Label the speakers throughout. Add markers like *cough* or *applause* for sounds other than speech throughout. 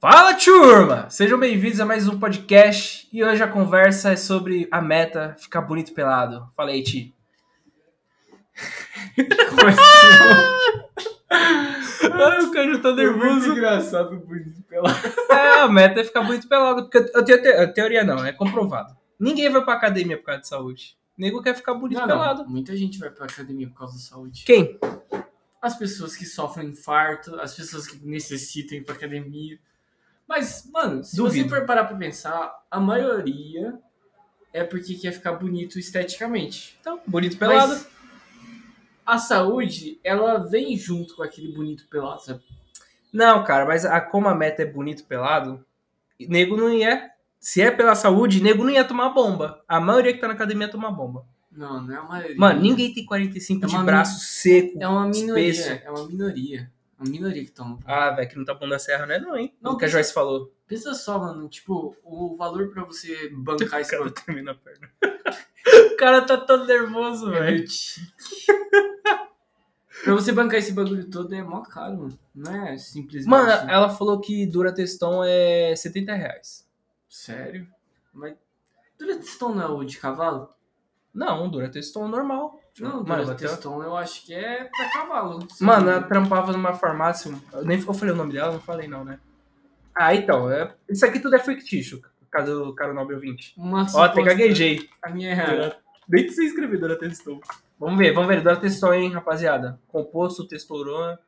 Speaker 1: Fala turma! Sejam bem-vindos a mais um podcast e hoje a conversa é sobre a meta ficar bonito pelado. Fala aí, Ti. Ai, o cara já tá
Speaker 2: Muito
Speaker 1: nervoso.
Speaker 2: engraçado bonito pela.
Speaker 1: É, a meta é ficar bonito pelado, porque eu- eu tenho te- eu- teoria não, é comprovado. Ninguém vai pra academia por causa de saúde. O nego quer ficar bonito pelado.
Speaker 2: Muita gente vai pra academia por causa da saúde.
Speaker 1: Quem?
Speaker 2: As pessoas que sofrem infarto, as pessoas que necessitam ir pra academia. Mas, mano, se
Speaker 1: Duvido.
Speaker 2: você for parar pra pensar, a maioria é porque quer ficar bonito esteticamente.
Speaker 1: Então, bonito pelado.
Speaker 2: Mas a saúde, ela vem junto com aquele bonito pelado, sabe?
Speaker 1: Não, cara, mas a, como a meta é bonito pelado, nego não ia. Se é pela saúde, nego não ia tomar bomba. A maioria que tá na academia toma bomba.
Speaker 2: Não, não é a maioria.
Speaker 1: Mano, ninguém tem 45
Speaker 2: É
Speaker 1: de
Speaker 2: uma
Speaker 1: braço seco.
Speaker 2: É uma minoria,
Speaker 1: Espesso.
Speaker 2: é uma minoria. É Uma minoria que toma.
Speaker 1: Ah, velho, que não tá bom da serra, não é não, hein?
Speaker 2: Não,
Speaker 1: o que a
Speaker 2: pensa-
Speaker 1: Joyce falou.
Speaker 2: Pensa só, mano, tipo, o valor pra você
Speaker 1: *laughs*
Speaker 2: bancar
Speaker 1: O
Speaker 2: esse
Speaker 1: cara termina a perna. *laughs* o cara tá todo nervoso,
Speaker 2: É
Speaker 1: velho.
Speaker 2: meu tique. *laughs* pra você bancar esse bagulho todo é mó caro, mano. Não é simplesmente.
Speaker 1: Mano, ela falou que dura testom é 70 reais.
Speaker 2: Sério? Mas. Durateston não é o de cavalo?
Speaker 1: Não, dura testom normal.
Speaker 2: Não,
Speaker 1: Mano, eu até-
Speaker 2: Durateston eu acho que é pra cavalo.
Speaker 1: Mano, é- ela trampava numa farmácia. Eu, nem, eu falei o nome dela, não falei não, né? Ah, então. é- isso aqui tudo é fictício, caso o cara nobre ouvinte.
Speaker 2: Uma
Speaker 1: Ó,
Speaker 2: suposta-
Speaker 1: até gaguejei.
Speaker 2: A minha. é
Speaker 1: Nem sei escrever Dora Teston. Vamos ver, vamos ver. Dora Teston, hein, rapaziada. Composto, testorona.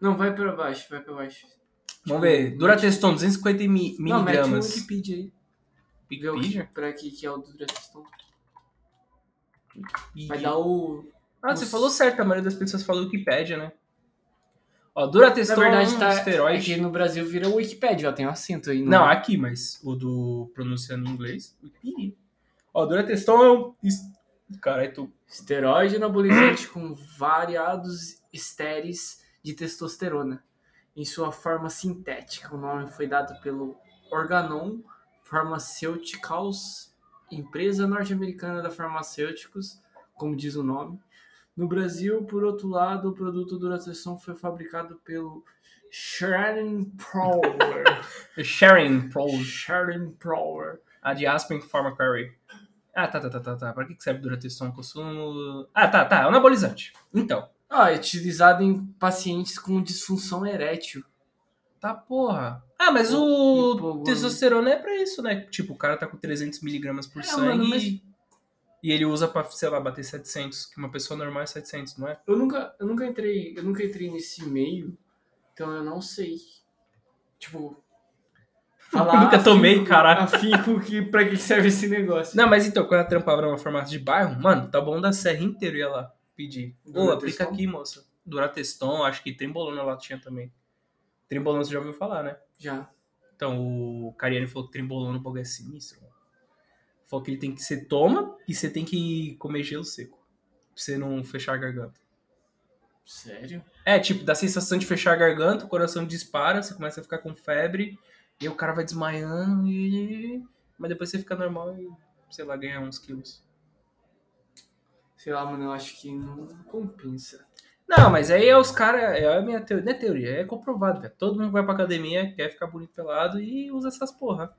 Speaker 2: Não, vai pra baixo, vai pra baixo.
Speaker 1: Vamos ver. Durateston, 250 mi-
Speaker 2: Não, mete um no
Speaker 1: miligramas.
Speaker 2: Wikipedia aí. Vê o que,
Speaker 1: Wikipedia?
Speaker 2: pra que, que é o Durateston. Vai dar um- o.
Speaker 1: Ah, você falou certo. A maioria das pessoas fala Wikipédia, né? Ó, Durateston
Speaker 2: Na verdade,
Speaker 1: é um
Speaker 2: tá.
Speaker 1: esteroide.
Speaker 2: Aqui no Brasil vira Wikipedia, ó, tem um acento aí. no-
Speaker 1: Não, aqui, mas o do pronunciando em inglês. Wikipedia. Ó, Durateston é um... es- Caralho, tu...
Speaker 2: Esteroide anabolizante com variados estéreis de testosterona. Em sua forma sintética, o nome foi dado pelo Organon Pharmaceuticals, empresa norte-americana da farmacêuticos, como diz o nome. No Brasil, por outro lado, o produto Durateção foi fabricado pelo Sharon Prower.
Speaker 1: É Sharing Pro.
Speaker 2: Sharon Prower.
Speaker 1: A de Aspen Pharma Query. Ah, tá, tá, tá, tá, tá. Pra que que serve Durateston consumo? Ah, tá, tá. É um anabolizante. Então.
Speaker 2: Ah, é utilizado em pacientes com disfunção erétil.
Speaker 1: Tá porra. Ah, mas
Speaker 2: Pô,
Speaker 1: o
Speaker 2: que pô,
Speaker 1: testosterona é pra isso, né? Tipo, o cara tá com 300 miligramas por
Speaker 2: É,
Speaker 1: sangue
Speaker 2: mano, mas-
Speaker 1: e- e ele usa pra, sei lá, bater 700, que uma pessoa normal é 700, não é?
Speaker 2: Eu nunca, eu nunca entrei, eu nunca entrei nesse meio, então eu não sei. Tipo, falar
Speaker 1: Nunca tomei,
Speaker 2: afinco-
Speaker 1: caralho.
Speaker 2: Afinco que pra que serve esse negócio?
Speaker 1: Não, mas então, quando ela trampava numa farmácia de bairro, mano, tá bom da serra inteira ia lá pedir. Ô, aplica
Speaker 2: Durateston?
Speaker 1: aqui, moça. Durateston, acho que Trembolona lá tinha também. Trembolona você já ouviu falar, né?
Speaker 2: Já.
Speaker 1: Então, o Cariani falou que Trembolona o bagulho é sinistro. mano. Falou que ele tem que você toma e você tem que comer gelo seco. Pra você não fechar a garganta.
Speaker 2: Sério?
Speaker 1: É, tipo, dá a sensação de fechar a garganta, o coração dispara, você começa a ficar com febre, e o cara vai desmaiando, e... mas depois você fica normal e, sei lá, ganha uns quilos.
Speaker 2: Sei lá, mano, eu acho que não compensa.
Speaker 1: Não, mas aí é os caras, é a minha teoria, não é teoria, é comprovado, velho. Todo mundo que vai pra academia, quer ficar bonito pelado e usa essas porra.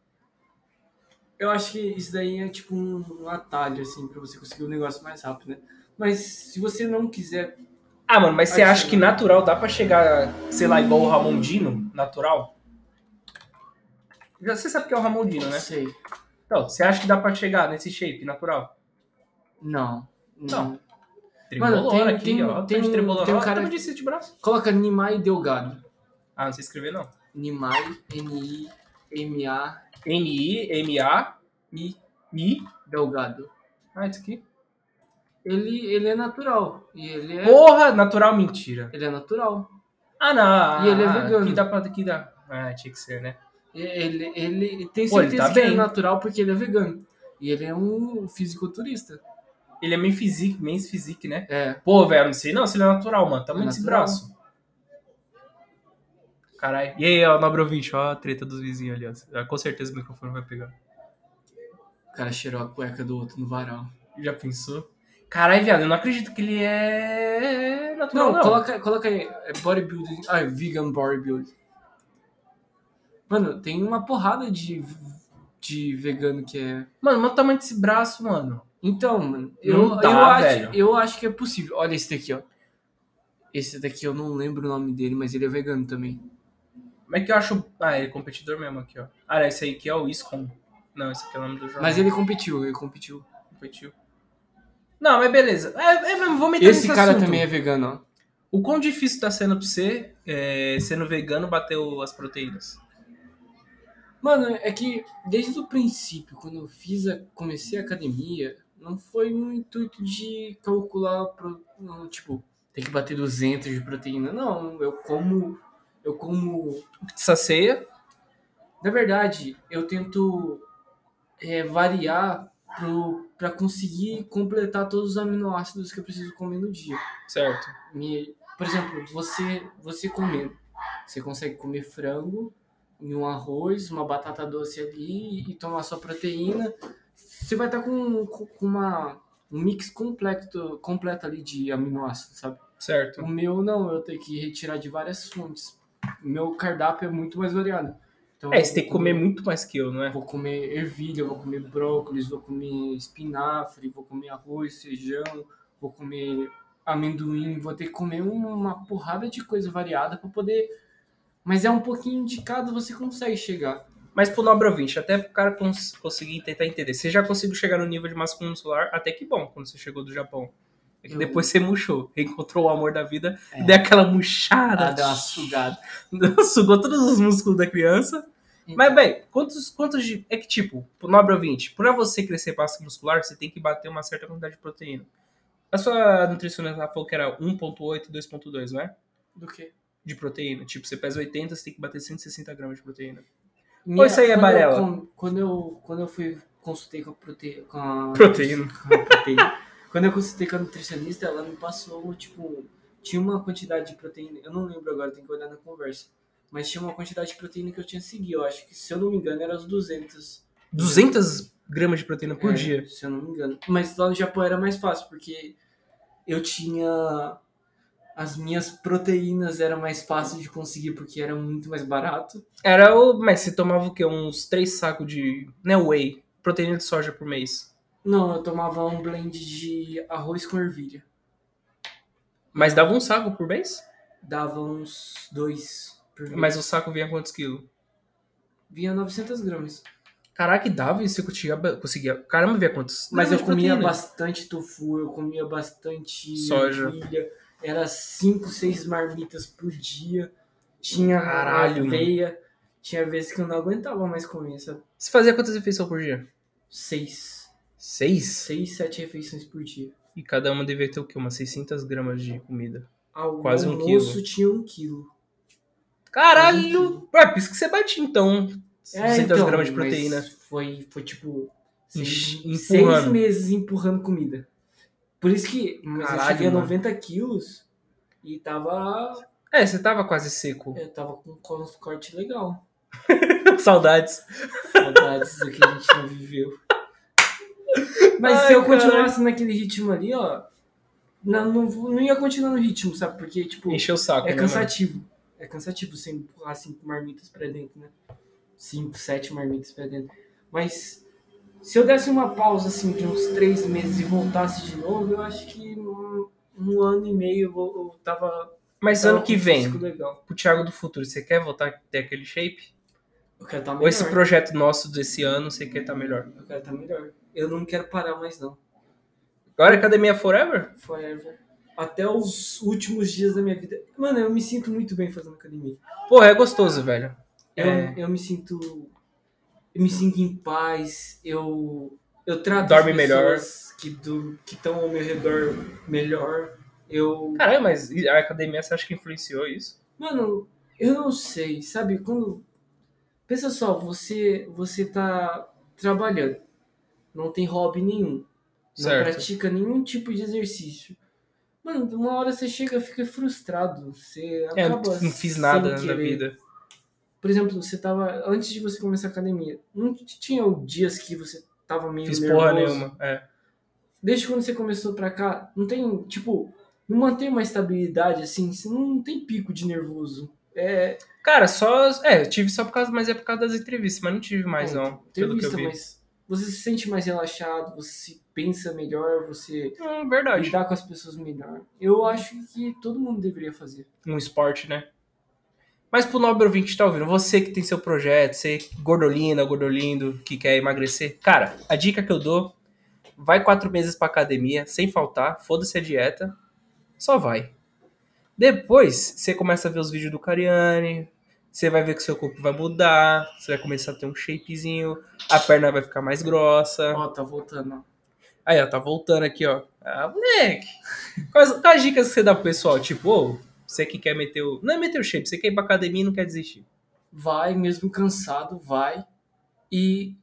Speaker 2: Eu acho que isso daí é tipo um, um atalho, assim, pra você conseguir o negócio mais rápido, né? Mas se você não quiser.
Speaker 1: Ah, mano, mas você
Speaker 2: Pode
Speaker 1: acha
Speaker 2: ser.
Speaker 1: que natural dá pra chegar, sei lá, igual o Ramondino, natural? Já você sabe o que é o Ramondino,
Speaker 2: Não
Speaker 1: né?
Speaker 2: sei.
Speaker 1: Então, você acha que dá pra chegar nesse shape natural?
Speaker 2: Não.
Speaker 1: Não.
Speaker 2: Mano, tem-
Speaker 1: Trembolona aqui,
Speaker 2: tem-
Speaker 1: ó. tá
Speaker 2: tem
Speaker 1: de
Speaker 2: um-
Speaker 1: trembolona.
Speaker 2: tem um
Speaker 1: Olha o
Speaker 2: cara-
Speaker 1: tamanho desse de braço.
Speaker 2: Coloca Nimai Delgado.
Speaker 1: Ah, não sei escrever, não.
Speaker 2: Nimai, N-I-M-A-I
Speaker 1: N-I-M-A-I.
Speaker 2: Delgado.
Speaker 1: Ah, isso aqui.
Speaker 2: Ele, ele é natural. E ele é,
Speaker 1: Porra, natural mentira.
Speaker 2: ele é natural.
Speaker 1: Ah, não.
Speaker 2: E ele é
Speaker 1: ah,
Speaker 2: vegano.
Speaker 1: Que dá pra. Que dá. Ah, tinha que ser, né?
Speaker 2: E- Ele, ele tem
Speaker 1: Pô, ele
Speaker 2: certeza
Speaker 1: tá
Speaker 2: que ele
Speaker 1: bem.
Speaker 2: é natural porque ele é vegano. E ele é um fisiculturista.
Speaker 1: Ele é meio physique, meio physique, né?
Speaker 2: É.
Speaker 1: Pô, velho, não sei não se ele é natural, mano. Tá
Speaker 2: É
Speaker 1: muito esse
Speaker 2: natural.
Speaker 1: braço. Caralho. E aí, ó, nobre ouvinte, ó a treta dos vizinhos ali, ó. Ah, Com certeza o microfone vai pegar.
Speaker 2: O cara cheirou a cueca do outro no varal.
Speaker 1: Já pensou? Caralho, viado, eu não acredito que ele é natural,
Speaker 2: Não,
Speaker 1: não.
Speaker 2: é Coloca, coloca aí. é Bodybuilding. Ah, vegan bodybuilding. Mano, tem uma porrada de, de vegano que é.
Speaker 1: Mano, mas o tamanho desse braço, mano.
Speaker 2: Então, mano,
Speaker 1: Não
Speaker 2: eu,
Speaker 1: dá,
Speaker 2: eu, acho,
Speaker 1: velho.
Speaker 2: eu acho que é possível. Olha esse daqui, ó. Esse daqui eu não lembro o nome dele, mas ele é vegano também.
Speaker 1: Mas que eu acho. Ah, ele é competidor mesmo aqui, ó. Ah, não, esse aí que é o Iscom. Não, esse aqui é o nome do jornal.
Speaker 2: Mas ele competiu, ele competiu.
Speaker 1: competiu. Não, mas beleza. É, é mesmo, vou meter
Speaker 2: Esse
Speaker 1: nesse
Speaker 2: cara
Speaker 1: assunto.
Speaker 2: também é vegano, ó.
Speaker 1: O quão difícil tá sendo pra você, é, sendo vegano, bater o- as proteínas?
Speaker 2: Mano, é que desde o princípio, quando eu fiz a, comecei a academia, não foi no intuito de calcular, pro- não, tipo, tem que bater 200 de proteína. Não, eu como, eu como
Speaker 1: O que te sacia?
Speaker 2: Na verdade, eu tento é, variar para conseguir completar todos os aminoácidos que eu preciso comer no dia.
Speaker 1: Certo.
Speaker 2: Me- por exemplo, você, você comendo, você consegue comer frango e um arroz, uma batata doce ali e tomar sua proteína. Você vai estar com, com uma, um mix completo, completo ali de aminoácidos, sabe?
Speaker 1: Certo.
Speaker 2: O meu não, eu tenho que retirar de várias fontes. O meu cardápio é muito mais variado. Então,
Speaker 1: É,
Speaker 2: eu
Speaker 1: você tem que
Speaker 2: vou
Speaker 1: comer muito mais que eu, não é?
Speaker 2: Vou comer ervilha, vou comer brócolis, vou comer espinafre, vou comer arroz, feijão, vou comer amendoim, vou ter que comer uma porrada de coisa variada para poder. Mas é um pouquinho de cada você consegue chegar.
Speaker 1: Mas pro nobre ouvinte, até pro cara cons- conseguir tentar entender. Você já conseguiu chegar no nível de massa muscular, até que bom, quando você chegou do Japão. É que
Speaker 2: Eu-
Speaker 1: depois você murchou, reencontrou o amor da vida,
Speaker 2: É.
Speaker 1: deu aquela murchada,
Speaker 2: Ah, dá uma sugada.
Speaker 1: *laughs* sugou todos os músculos da criança. Mas, bem, quantos, quantos de. É que, tipo, pro nobre ouvinte, pra você crescer massa muscular, você tem que bater uma certa quantidade de proteína. A sua nutricionista falou que era 1,8 e 2,2, não é?
Speaker 2: do que?
Speaker 1: De proteína. Tipo, você pesa 80, você tem que bater 160 gramas de proteína. isso aí é balela?
Speaker 2: Quando eu, quando eu fui consultei com a proteína. Com a,
Speaker 1: Proteína.
Speaker 2: com a proteína.
Speaker 1: *laughs*
Speaker 2: quando eu consultei com a nutricionista, ela me passou, tipo, tinha uma quantidade de proteína. Eu não lembro agora, tem que olhar na conversa. Mas tinha uma quantidade de proteína que eu tinha que seguir. Eu acho que, se eu não me engano, era as 200
Speaker 1: 200 gramas de proteína por
Speaker 2: é,
Speaker 1: dia.
Speaker 2: Se eu não me engano. Mas lá no Japão era mais fácil, porque eu tinha. As minhas proteínas era mais fácil de conseguir porque era muito mais barato.
Speaker 1: Era o. Mas você tomava o quê? Uns 3 sacos de. Né, whey. Proteína de soja por mês.
Speaker 2: Não, eu tomava um blend de arroz com ervilha.
Speaker 1: Mas dava um saco por mês?
Speaker 2: dava uns dois por mês.
Speaker 1: Mas o saco vinha quantos quilos?
Speaker 2: Vinha 900 gramas.
Speaker 1: Caraca, e dava e você conseguia. conseguia- Caramba, via quantos.
Speaker 2: Mas
Speaker 1: gramas
Speaker 2: eu
Speaker 1: de
Speaker 2: comia
Speaker 1: proteína?
Speaker 2: bastante tofu, eu comia bastante
Speaker 1: Soja.
Speaker 2: ervilha. Era cinco, seis marmitas por dia. Tinha
Speaker 1: Caralho,
Speaker 2: aveia. Tinha vezes que eu não aguentava mais comer, sabe?
Speaker 1: Você fazia quantas refeições por dia?
Speaker 2: Seis.
Speaker 1: Seis?
Speaker 2: Seis, sete refeições por dia.
Speaker 1: E cada uma devia ter o quê? Umas 600 gramas de comida.
Speaker 2: Ao
Speaker 1: Quase um
Speaker 2: almoço tinha um quilo.
Speaker 1: Caralho! Ué, por isso que você batia, então. 600
Speaker 2: É, então,
Speaker 1: gramas de
Speaker 2: mas
Speaker 1: proteína.
Speaker 2: Foi, foi tipo.
Speaker 1: Enche-
Speaker 2: Seis,
Speaker 1: empurrando.
Speaker 2: seis meses empurrando comida. Por isso que mas eu
Speaker 1: Caralho,
Speaker 2: cheguei a
Speaker 1: mano.
Speaker 2: 90 quilos e tava.
Speaker 1: É, você tava quase
Speaker 2: *laughs*
Speaker 1: seco.
Speaker 2: Eu tava com um corte
Speaker 1: *laughs*
Speaker 2: legal.
Speaker 1: Saudades.
Speaker 2: Saudades do que a gente não viveu. Mas se
Speaker 1: Ai,
Speaker 2: eu
Speaker 1: caralho.
Speaker 2: continuasse naquele ritmo ali, ó. Não, não, vou- não ia continuar no ritmo, sabe? Porque, tipo,
Speaker 1: Encheu o saco,
Speaker 2: é
Speaker 1: né, mano?
Speaker 2: cansativo. É cansativo você empurrar cinco marmitas pra dentro, né? Cinco, sete marmitas pra dentro. Mas se eu desse uma pausa assim de uns três meses e voltasse de novo, eu acho que um, um ano e meio eu, vou- eu tava.
Speaker 1: Mas
Speaker 2: tava
Speaker 1: ano que
Speaker 2: com um
Speaker 1: vem,
Speaker 2: físico Legal.
Speaker 1: pro Thiago do futuro, você quer voltar a ter aquele shape?
Speaker 2: Eu quero estar
Speaker 1: Ou esse
Speaker 2: melhor.
Speaker 1: projeto nosso desse ano, você quer estar melhor?
Speaker 2: Eu quero estar melhor. Eu não quero parar mais, não.
Speaker 1: Agora é academia forever?
Speaker 2: Forever. Até os últimos dias da minha vida. Mano, eu me sinto muito bem fazendo academia.
Speaker 1: Porra, é gostoso, velho.
Speaker 2: Eu,
Speaker 1: É.
Speaker 2: eu me sinto. Eu me sinto em paz. Eu, eu trato
Speaker 1: Dorme
Speaker 2: as pessoas que do- que estão ao meu redor melhor. Eu.
Speaker 1: Caralho, mas a academia você acha que influenciou isso?
Speaker 2: Mano, eu não sei, sabe? Quando. Pensa só, você, você tá trabalhando, não tem hobby nenhum, não
Speaker 1: Certo.
Speaker 2: pratica nenhum tipo de exercício. Mano, uma hora você chega e fica frustrado. Você
Speaker 1: É, eu
Speaker 2: acaba.
Speaker 1: não fiz
Speaker 2: sem
Speaker 1: nada na
Speaker 2: querer.
Speaker 1: vida.
Speaker 2: Por exemplo, você tava. Antes de você começar a academia, não t- tinha dias que você tava meio
Speaker 1: Fiz
Speaker 2: nervoso?
Speaker 1: porra nenhuma. É.
Speaker 2: Desde quando você começou pra cá, não tem, tipo, não mantém uma estabilidade assim, você não tem pico de nervoso. É,
Speaker 1: Cara, só. É, eu tive só por causa, mas é por causa das entrevistas, mas não tive mais,
Speaker 2: É,
Speaker 1: não.
Speaker 2: Tem
Speaker 1: Pelo que eu
Speaker 2: vista,
Speaker 1: vi.
Speaker 2: mas você se sente mais relaxado, você se pensa melhor, você
Speaker 1: Hum, verdade.
Speaker 2: lidar com as pessoas melhor. Eu acho que todo mundo deveria fazer.
Speaker 1: Um esporte, né? Mas pro nobre ouvinte que tá ouvindo, você que tem seu projeto, você gordolina, gordolindo, que quer emagrecer, cara, a dica que eu dou, vai quatro meses pra academia, sem faltar, foda-se a dieta, só vai. Depois, você começa a ver os vídeos do Cariani, você vai ver que seu corpo vai mudar, você vai começar a ter um shapezinho, a perna vai ficar mais grossa.
Speaker 2: Ó, tá voltando. ó.
Speaker 1: Aí, ó, tá voltando aqui, ó. Ah, moleque! Quais, quais dicas que você dá pro pessoal? Tipo, ô, você que quer meter o. Não é meter o shape, você quer ir pra academia e não quer desistir.
Speaker 2: Vai, mesmo cansado, vai e,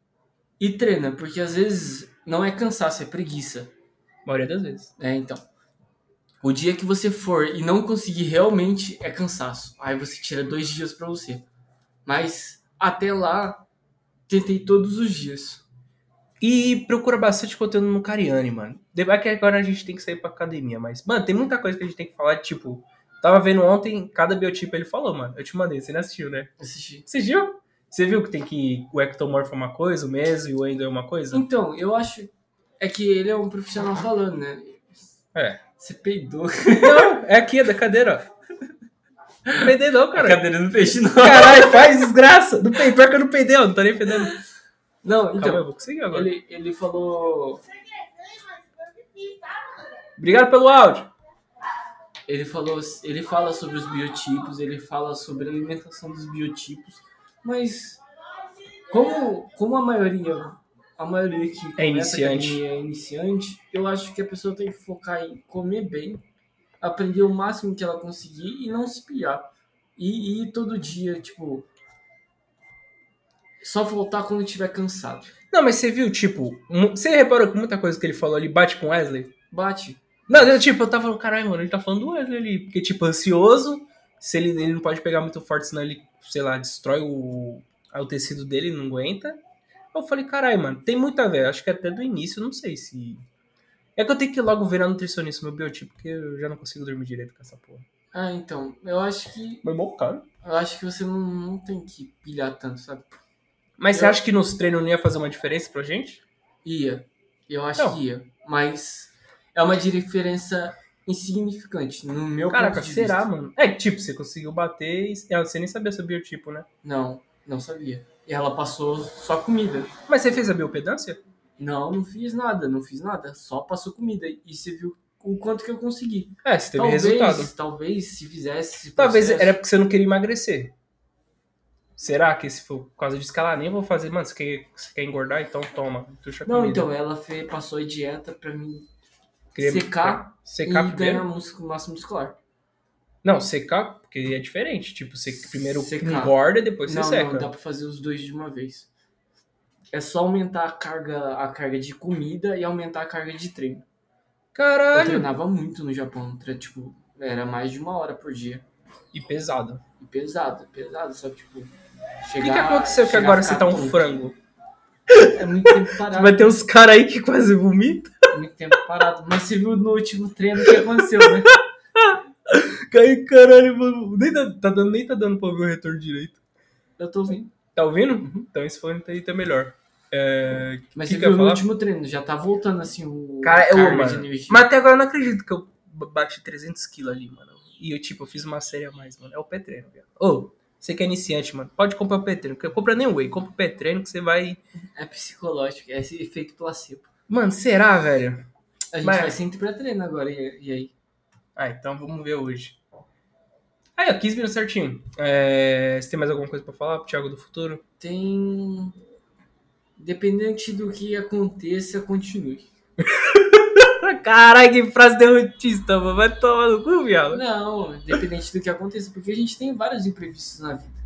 Speaker 2: e treina, porque às vezes não é cansaço, é preguiça.
Speaker 1: A maioria das vezes.
Speaker 2: É, então. O dia que você for e não conseguir realmente é cansaço. Aí você tira dois dias pra você. Mas até lá, tentei todos os dias.
Speaker 1: E procura bastante conteúdo no Cariani, mano. Depois que agora a gente tem que sair pra academia, mas, mano, tem muita coisa que a gente tem que falar. Tipo, tava vendo ontem, cada biotipo ele falou, mano. Eu te mandei, você não assistiu, né?
Speaker 2: Assisti.
Speaker 1: Você viu? Você viu que tem que o ectomorfo é uma coisa, o meso e o endo é uma coisa?
Speaker 2: Então, eu acho. É que ele é um profissional falando, né?
Speaker 1: É.
Speaker 2: Você peidou.
Speaker 1: Não, é aqui, é da cadeira, ó. Não peidei não, cara.
Speaker 2: Cadeira do peixe, não.
Speaker 1: Caralho, faz desgraça. Não tem, pior que eu não peidei, eu não tô nem peidando.
Speaker 2: Não,
Speaker 1: Calma,
Speaker 2: então.
Speaker 1: eu vou conseguir agora.
Speaker 2: Ele, ele falou.
Speaker 1: Obrigado pelo áudio.
Speaker 2: Ele falou. Ele fala sobre os biotipos, ele fala sobre a alimentação dos biotipos, mas como, como a maioria. A maioria que começa a
Speaker 1: iniciante.
Speaker 2: academia é iniciante, eu acho que a pessoa tem que focar em comer bem, aprender o máximo que ela conseguir e não se pilhar. E e ir todo dia, tipo. Só voltar quando estiver cansado.
Speaker 1: Não, mas você viu, tipo, mu- você reparou que muita coisa que ele falou ali bate com Wesley?
Speaker 2: Bate.
Speaker 1: Não, eu, tipo, eu tava falando, caralho, mano, ele tá falando do Wesley ali. Porque, tipo, ansioso, se ele, ele não pode pegar muito forte, senão ele, sei lá, destrói o, o tecido dele, não aguenta. Eu falei, caralho, mano, tem muita a ver. Acho que até do início, não sei se. É que eu tenho que logo ver na nutricionista meu biotipo, porque eu já não consigo dormir direito com essa porra.
Speaker 2: Ah, então. Eu acho que.
Speaker 1: Mas bom, cara.
Speaker 2: Eu acho que você não, não tem que pilhar tanto, sabe?
Speaker 1: Mas você
Speaker 2: Eu-
Speaker 1: acha que nos treinos não ia fazer uma diferença pra gente?
Speaker 2: Ia. Eu acho
Speaker 1: Não.
Speaker 2: que ia. Mas é uma diferença insignificante. No meu
Speaker 1: Caraca,
Speaker 2: ponto de
Speaker 1: será,
Speaker 2: vista.
Speaker 1: mano? É que, tipo, você conseguiu bater e ela- você nem sabia seu biotipo, né?
Speaker 2: Não, não sabia. E ela passou só comida.
Speaker 1: Mas você fez a biopedância?
Speaker 2: Não, não fiz nada, não fiz nada. Só passou comida. E você viu o quanto que eu consegui.
Speaker 1: É, você teve
Speaker 2: talvez,
Speaker 1: resultado.
Speaker 2: talvez se fizesse. esse
Speaker 1: Talvez
Speaker 2: processo-
Speaker 1: era porque você não queria emagrecer. Será que se for por causa disso que ela nem vou fazer, mano, você quer, você quer engordar? Então toma, tuxa
Speaker 2: Não,
Speaker 1: comida.
Speaker 2: então, ela fez, passou a dieta pra mim
Speaker 1: Queria- é,
Speaker 2: secar
Speaker 1: Secar
Speaker 2: e
Speaker 1: primeiro?
Speaker 2: ganhar um músculo, massa muscular.
Speaker 1: Não, secar, porque é diferente. Tipo, você primeiro
Speaker 2: Secar.
Speaker 1: engorda e depois
Speaker 2: não,
Speaker 1: você seca.
Speaker 2: não, dá pra fazer os dois de uma vez. É só aumentar a carga, a carga de comida e aumentar a carga de treino. Eu
Speaker 1: Caralho!
Speaker 2: treinava muito no Japão, tre- tipo, era mais de uma hora por dia.
Speaker 1: E pesado.
Speaker 2: E pesado, pesado, só que, tipo,
Speaker 1: O
Speaker 2: chegar...
Speaker 1: que, que aconteceu que
Speaker 2: chegar a
Speaker 1: agora
Speaker 2: ficar
Speaker 1: você tá um
Speaker 2: tonto.
Speaker 1: frango?
Speaker 2: É muito tempo parado, é
Speaker 1: Vai ter uns caras aí que quase vomitam.
Speaker 2: muito tempo parado. Mas você viu no último treino o que aconteceu, né?
Speaker 1: Ai, caralho, mano. Nem tá, tá dando, nem tá dando pra ouvir o retorno direito.
Speaker 2: Eu tô ouvindo.
Speaker 1: Tá ouvindo? Então esse fone aí tá melhor. É,
Speaker 2: Mas
Speaker 1: Que
Speaker 2: você
Speaker 1: que eu ia
Speaker 2: viu no
Speaker 1: falar?
Speaker 2: último treino, já tá voltando, assim, o...
Speaker 1: Cara,
Speaker 2: a
Speaker 1: eu,
Speaker 2: carga
Speaker 1: mano,
Speaker 2: de energia.
Speaker 1: Mas até agora eu não acredito que eu b- bati 300 quilos ali, mano. E eu, tipo, eu fiz uma série a mais, mano. É o pé treino, velho. Ô, você que é iniciante, mano, pode comprar o pé treino. Não compra nem o whey, compra o pé treino que você vai...
Speaker 2: É psicológico, é esse efeito placebo.
Speaker 1: Mano, será, velho?
Speaker 2: A gente
Speaker 1: Mas-
Speaker 2: vai sempre pra treino agora, e, e aí?
Speaker 1: Ah, então vamos ver hoje. Aí, ó, 15 minutos certinho. É, você tem mais alguma coisa pra falar pro Thiago do futuro?
Speaker 2: tem. Dependente do que aconteça, continue.
Speaker 1: Caralho, que frase derrotista, mano. Vai tomar no cu, viado.
Speaker 2: Não, dependente do que aconteça, porque a gente tem vários imprevistos na vida.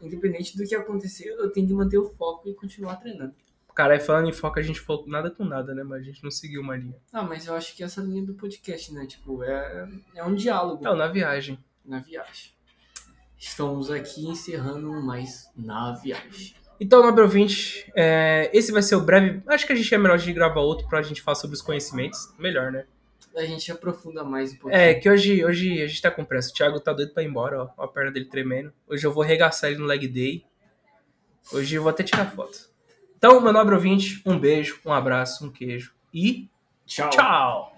Speaker 2: Independente do que acontecer, eu tenho que manter o foco e continuar treinando.
Speaker 1: Caralho, falando em foco, a gente falou nada com nada, né? Mas a gente não seguiu uma linha.
Speaker 2: Ah, mas eu acho que essa linha do podcast, né? Tipo, é, é um diálogo
Speaker 1: Não, Então, na viagem.
Speaker 2: na viagem. Estamos aqui encerrando mais na viagem.
Speaker 1: Então, nobre ouvinte, é, esse vai ser o breve. Acho que a gente é melhor de gravar outro pra gente falar sobre os conhecimentos. Melhor, né?
Speaker 2: a gente aprofunda mais um pouquinho.
Speaker 1: É, que hoje, hoje a gente tá com pressa. O Thiago tá doido pra ir embora, ó. ó A perna dele tremendo. Hoje eu vou regaçar ele no leg day. Hoje eu vou até tirar foto. Então, meu nobre ouvinte, um beijo, um abraço, um queijo e tchau.